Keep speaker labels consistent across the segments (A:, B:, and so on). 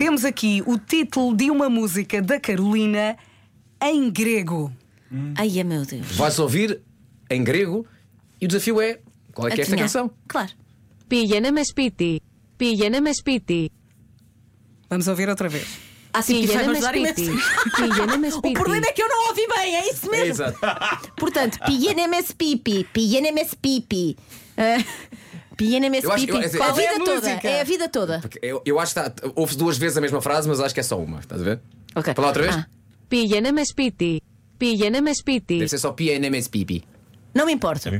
A: Temos aqui o título de uma música da Carolina em grego.
B: Ai, é, meu Deus.
C: Vais ouvir em grego e o desafio é qual é que é esta
B: Adivinhar.
C: canção?
B: Claro.
D: Πήγαινε με σπίτι. Πήγαινε με σπίτι.
A: Vamos ouvir outra vez.
B: Há sim que vai
D: Πήγαινε με
B: me ajudar
D: σπίτι.
B: imenso.
D: Πήγαινε με
B: O
D: σπίτι.
B: problema é que eu não ouvi bem, é isso
C: É,
B: mesmo.
C: exato.
B: Portanto, PNMS Pipi, PNMS Pipi. ah, PNMS
C: Eu acho- eu-
B: Pipi.
C: é-
B: a
C: Qual é
A: a
B: vida toda.
A: música?
B: É a vida toda.
C: Porque Eu, eu acho que está, ouve-se duas vezes a mesma frase, mas acho que é só uma. Estás a ver?
B: Ok.
C: Fala outra vez?
B: Ah,
D: Πήγαινε με σπίτι. Πήγαινε με σπίτι.
C: Deve ser só PNMSPP.
B: não me importa.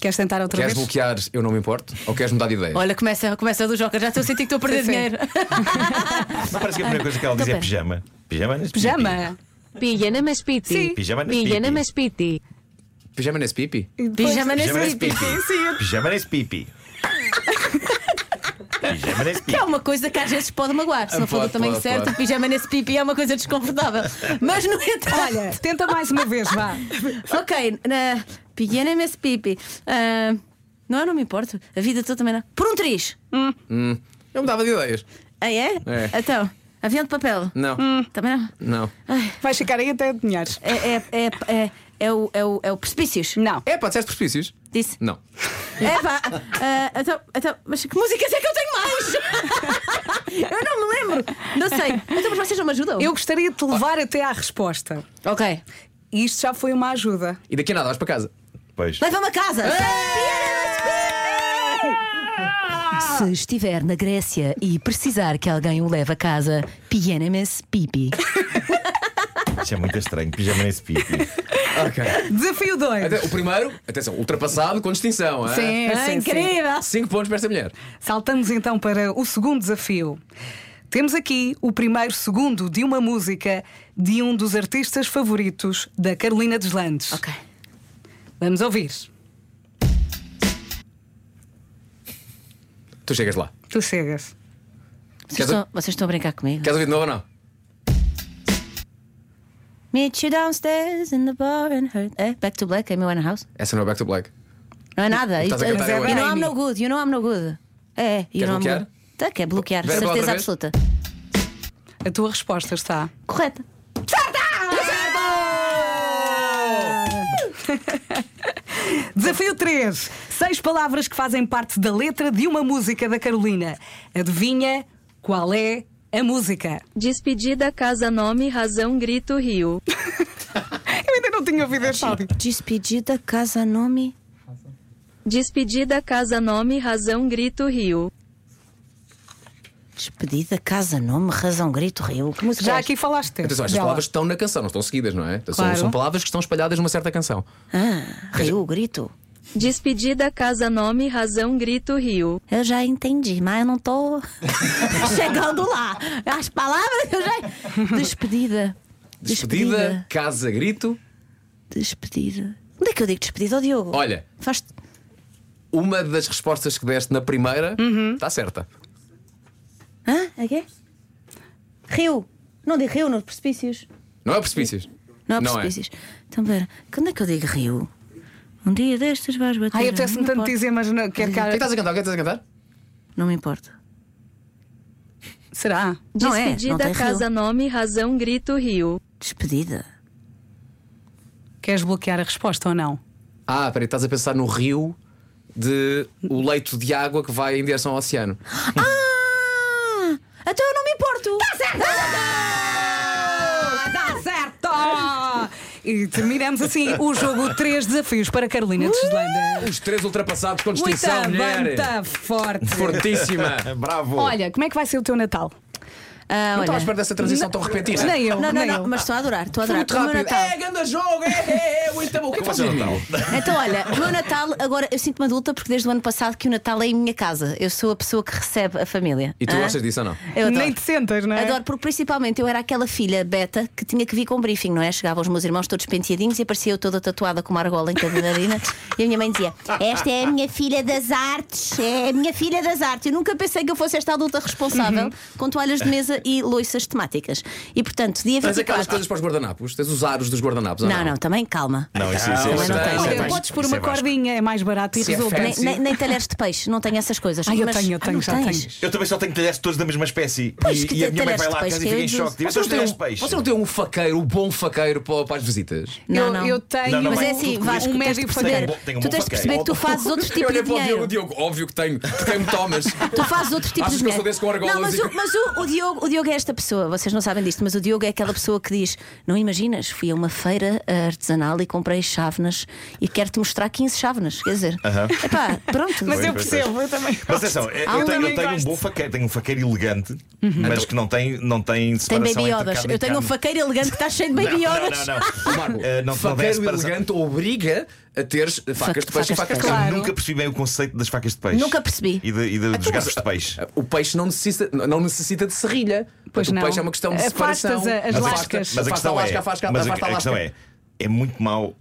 A: Queres tentar outra
C: Queres um
A: vez?
C: bloquear Eu Não Me Importo? Ou queres mudar de ideia?
B: Olha, começa, começa do Joker, já estou a sentir que estou a perder
A: Sim, sim.
B: dinheiro.
E: Não parece que a primeira coisa que ela diz é
B: Então,
E: pijama. Pijama nas
A: Pijama.
D: Πήγαινε με
A: Sí.
D: σπίτι.
E: Πηγαίνε με
D: Πήγαινε
E: σπίτι.
D: με σπίτι.
C: Pijama nesse pipi?
B: Pijama nesse
E: Pijama nesse
B: pipi.
E: pipi. Pijama nesse pipi. Pijama nesse
B: Que é
E: pipi.
B: uma coisa que às vezes pode magoar. Se não for do
C: Pode,
B: tamanho
C: pode,
B: certo,
C: pode.
B: pijama nesse pipi é uma coisa desconfortável. Mas no entanto.
A: Olha, tenta mais uma vez, vá.
B: Ok, na pequena MS Pipi. Ah, não, eu não me importo. A vida toda também não. Por um triz.
C: Hum. Eu mudava de ideias.
B: Ah, é?
C: É.
B: Então, avião de papel.
C: Não.
A: Hum.
B: Também não.
C: Não.
A: Vais ficar aí até dinheiros.
B: É, é, é, é, é o, é, o, é o precipícios.
A: Não.
C: É, pá, disseste precipícios?
B: Disse.
C: Não.
B: É pá. ah, então, então, mas que músicas é que eu tenho mais? eu não me lembro. Não sei. Então, mas vocês não me ajudam?
A: Eu gostaria de te levar até à resposta.
B: Ok.
A: E isto já foi uma ajuda.
C: E daqui a nada vais para casa.
E: Pois.
B: Leva-me a casa!
A: Ah!
B: Se estiver na Grécia e precisar que alguém o leve a casa, PNMS Pipi.
E: Isso é muito estranho. Pijama nesse pipi.
C: Ok.
A: Desafio 2.
C: Até- o primeiro, atenção, ultrapassado com distinção. hã?
A: Sim,
B: Ah,
A: É sim, sim.
B: incrível!
C: 5 pontos para esta mulher.
A: Saltamos então para o segundo desafio. Temos aqui o primeiro segundo de uma música de um dos artistas favoritos da Carolina Deslandes.
B: Ok.
A: Vamos ouvir.
C: Tu chegas lá.
A: Tu chegas.
B: Vocês,
C: Quer-
B: estão, vocês estão a brincar comigo?
C: Queres ouvir de novo ou não?
B: Meet you downstairs in the bar and her. É? Back to Black, Amy Winehouse?
C: Essa não é Back to Black.
B: Não é nada.
C: Estás a cantar
A: agora.
B: you know I'm no good, you know I'm no good. É, you
C: Queres
B: know
C: bloquear?
B: I'm no good. Tá, quer bloquear,
C: Vera, outra
B: certeza
C: vez?
B: absoluta.
A: A tua resposta está.
B: Correta.
A: Desafio 3. Seis palavras que fazem parte da letra de uma música da Carolina. Adivinha qual é a música?
F: Despedida, casa, nome, razão, grito, rio.
A: Eu ainda não tinha ouvido este áudio.
B: Despedida, casa, nome.
F: Despedida, casa, nome, razão, grito, rio.
B: Despedida, casa, nome, razão, grito, rio. Que música
A: Já
B: é
A: aqui falaste. tempo
C: Atenção, Então estas
A: dela.
C: palavras estão na canção, não estão seguidas, não é? São,
A: Claro.
C: são palavras que estão espalhadas numa certa canção.
B: Ah, rio, grito.
F: Despedida, casa, nome, razão, grito, rio.
B: Eu já entendi, mas eu não tô chegando lá. As palavras eu já. Despedida.
C: Despedida,
B: Despedida.
C: casa, grito.
B: Despedida. Onde é que eu digo despedida, ó Diogo?
C: Olha,
B: Faz.
C: uma das respostas que deste na primeira está certa.
B: Hã? É quê? Rio. Não digo rio nos precipícios.
C: Não é precipícios.
B: Não há
C: Não é.
B: precipícios. Então, pera, quando é que eu digo rio? Um dia destes vais bater.
A: Ai,
B: à
A: apetece-me
B: minha
A: tanto
B: porta.
A: dizer, então mas não, quer
C: Quem
A: que.
C: estás a cantar? Quem estás a cantar?
B: Não me importa.
A: Será?
B: Não é, não
F: Despedida,
B: tem rio.
F: casa, nome, razão, grito, rio.
B: Despedida.
A: Queres bloquear a resposta ou não?
C: Ah, peraí, estás a pensar no rio de o leito de água que vai em direção ao oceano.
B: Ah! Então eu não me importo! Tá certo!
A: Dá certo! E terminamos assim o jogo 3 desafios para Carolina de
E: Uh!
A: Islândia.
C: Os três ultrapassados com
A: Muita
C: distinção, mulher.
A: banda forte!
C: Fortíssima.
E: Bravo.
A: Olha, como é que vai ser o teu Natal?
B: Ah,
C: Não
B: olha.
C: estava à espera dessa transição tão repentina.
A: Nem eu,
B: Não, não,
A: nem
B: não,
A: eu.
B: mas estou a adorar, estou a adorar.
C: Muito
B: O meu
C: rápido.
B: Natal-
C: É, grande jogo. É, é, é, muito bom. O que é que fazes, Natal?
B: Então, olha, o meu Natal, agora eu sinto-me adulta porque desde o ano passado que o Natal é em minha casa. Eu sou a pessoa que recebe a família.
C: E tu
B: Hã?
C: gostas disso ou não?
B: Eu adoro.
A: Nem te sentas, não é?
B: Adoro, porque principalmente eu era aquela filha beta que tinha que vir com briefing, não é? Chegavam os meus irmãos todos penteadinhos e aparecia eu toda tatuada com uma argola em cada narina. e a minha mãe dizia: Esta é a minha filha
A: Uhum.
B: das artes, é a minha filha das artes. Eu nunca pensei que eu fosse esta adulta responsável com toalhas de mesa limpeza e loiças temáticas. E portanto, dia
C: Tens aquelas
B: 24.
C: coisas para os guardanapos? Tens os aros dos guardanapos? ou
B: Não, não, também calma.
E: Não, isso, isso,
B: Também
E: isso,
B: não tenho.
E: isso
A: Olha,
E: é
A: podes pôr
E: isso
A: uma
E: é Vasco.
A: cordinha, é mais barato e
C: Se é
A: resulta.
C: fé.
B: Nem, nem, nem talheres de peixe, não tenho essas coisas.
A: Ah, eu
B: Mas-
A: tenho, eu
B: Ah,
A: tenho,
B: não
A: já
B: tens?
A: tenho.
E: Eu também só tenho talheres todos da mesma espécie.
B: Pois,
E: e,
B: que
E: e a minha mãe
B: talheres
E: vai
B: de
E: lá a
B: peixe,
E: casa
B: que
E: e fica
B: eu
E: em choque. Tive
C: Você
E: esses
C: não, tem
E: talheres de
C: um,
E: peixe.
C: você não tem um faqueiro, um bom faqueiro para, para as visitas?
B: Não,
A: eu,
B: não.
A: eu tenho.
E: Não, não,
B: Mas
E: mas
B: é assim,
E: um-
B: Vasco,
A: um
B: tu tens de
A: médio
B: perceber,
A: faqueiro.
E: Tem um
B: tu
E: bom
B: tens de perceber que tu
E: faqueiro.
B: fazes outro tipo
C: Eu
B: de
C: olhei para o Diogo,
B: dinheiro.
C: Diogo, óbvio que tenho. Tenho tomas.
B: Tu fazes outro tipo
C: Achas
B: de
C: que eu
B: dinheiro.
C: sou desse com argolas
B: Não, mas,
C: e-
B: o, mas o, o Diogo, o Diogo é esta pessoa, vocês não sabem disto, mas o Diogo é aquela pessoa que diz: Não imaginas, fui a uma feira eh, artesanal e comprei chávenas e quero-te mostrar 15 chávenas. Quer dizer, epá, pronto.
A: Mas eu
E: pois, é.
A: percebo, eu também.
E: Mas atenção, eu,
B: um
E: eu tenho,
A: também
E: eu tenho um
A: gosto.
E: bom faqueiro, tenho um faqueiro elegante, mas que não tem, não tem
B: Uhum. Tem
E: separação
B: baby
E: entre
B: yodas.
E: carne e
B: Eu tenho um
E: carne.
B: faqueiro elegante que está cheio de baby
E: Não,
B: yodas.
E: não, não. não.
C: Marco,
E: Eh, não- não tem
C: faqueiro
E: separação.
C: elegante obriga a teres facas de
B: facas
C: peixe
B: de
C: e facas de
B: peixe.
C: carne.
E: Eu
A: Claro.
E: Nunca percebi bem o conceito das facas de peixe.
B: Nunca percebi.
E: E, de- e de- dos garfos de peixe.
C: O peixe não necessita, não necessita de serrilha.
A: Pois
C: o
A: não.
C: peixe é uma questão de
A: Afastas
C: separação.
A: a- as
C: Afasta-
A: lascas.
E: Mas a
C: afasta
E: questão
C: lasca,
E: é.
C: afasta-
E: Mas a,
C: afasta
E: a
C: lasca.
E: questão é. É muito mau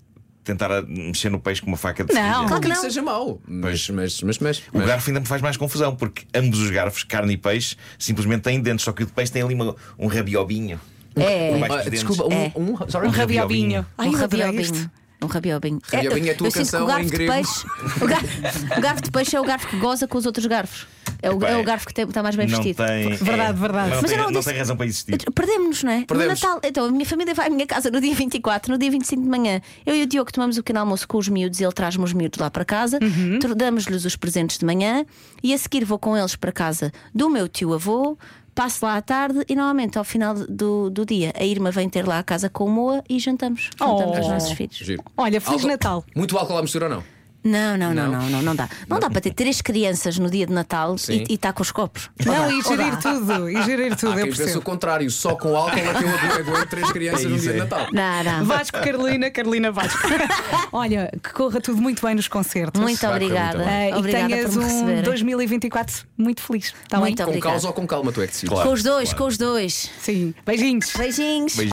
E: tentar a- mexer no peixe com uma faca de
A: Não.
E: serrilha.
B: Claro que
C: digo
B: não.
C: seja mau, mas, mas, mas, mas,
E: O
C: mas-
E: garfo ainda me faz mais confusão, porque ambos os garfos, carne e peixe, simplesmente têm dentes, só que o de peixe tem ali uma- um rabiobinho.
B: É.
E: Por baixo
C: Ah,
E: dos dentes.
C: desculpa, um,
B: É.
C: um, sorry.
A: Um rabiobinho.
B: Ai, um
A: adorei isto.
B: rabiobinho. Um rabiobinho.
C: Rabiobinho é a tua
B: eu sinto que
C: canção
B: o garfo
C: em grego.
B: De peixe, o, garfo, o garfo de peixe é o garfo que goza com os outros garfos. É o,
E: Epá,
B: é o
E: é-
B: garfo que tem- está mais bem
E: não
B: vestido.
E: tem.
A: Verdade,
E: é,
A: verdade.
E: Mas não,
B: Mas
E: tem,
B: eu não
E: não
B: disse-
E: tem razão para existir.
B: Perdemos-nos, não é?
C: Perdemos.
B: No Natal. Então, a minha família vai à minha casa no dia 24, no dia 25 de manhã. Eu e o Diogo tomamos o pequeno almoço com os miúdos, ele traz-me os miúdos lá para casa, tro- damos-lhes os presentes de manhã e a seguir vou com eles para casa do meu tio avô. Passo lá à tarde e normalmente ao final do, do dia a Irma vem ter lá a casa com o Moa e jantamos. Jantamos
A: Oh.
B: os nossos filhos.
C: Giro.
A: Olha, Feliz
C: Álcool-
A: Natal.
C: Muito álcool à mistura ou não?
B: Não, não, não,
C: Não?
B: não, não, não dá. Não, dá para ter três crianças no dia de Natal
C: Sim.
B: e estar com os copos.
A: Não,
B: dá,
A: e
B: dá.
A: gerir tudo, e gerir tudo, eu
C: Há quem pense o
A: percebo.
C: contrário, só com álcool é que eu agu- aguento três crianças
E: É
C: no
E: isso,
C: dia de
E: é.
C: Natal.
B: Não, não.
A: Vasco, Carolina, Carolina Vasco. Olha, que corra tudo muito bem nos concertos.
B: Muito
E: correr
B: obrigada.
E: muito
A: Eh, e
B: obrigada
A: tenhas
B: por me
A: um
B: receberem.
A: 2024 muito feliz. Está Tá bem?
B: Muito
C: Com
B: obrigada.
C: causa ou com calma, tu é que decides.
E: Claro.
B: Com os dois, com os dois.
A: Sim. Beijinhos.
B: Beijinhos.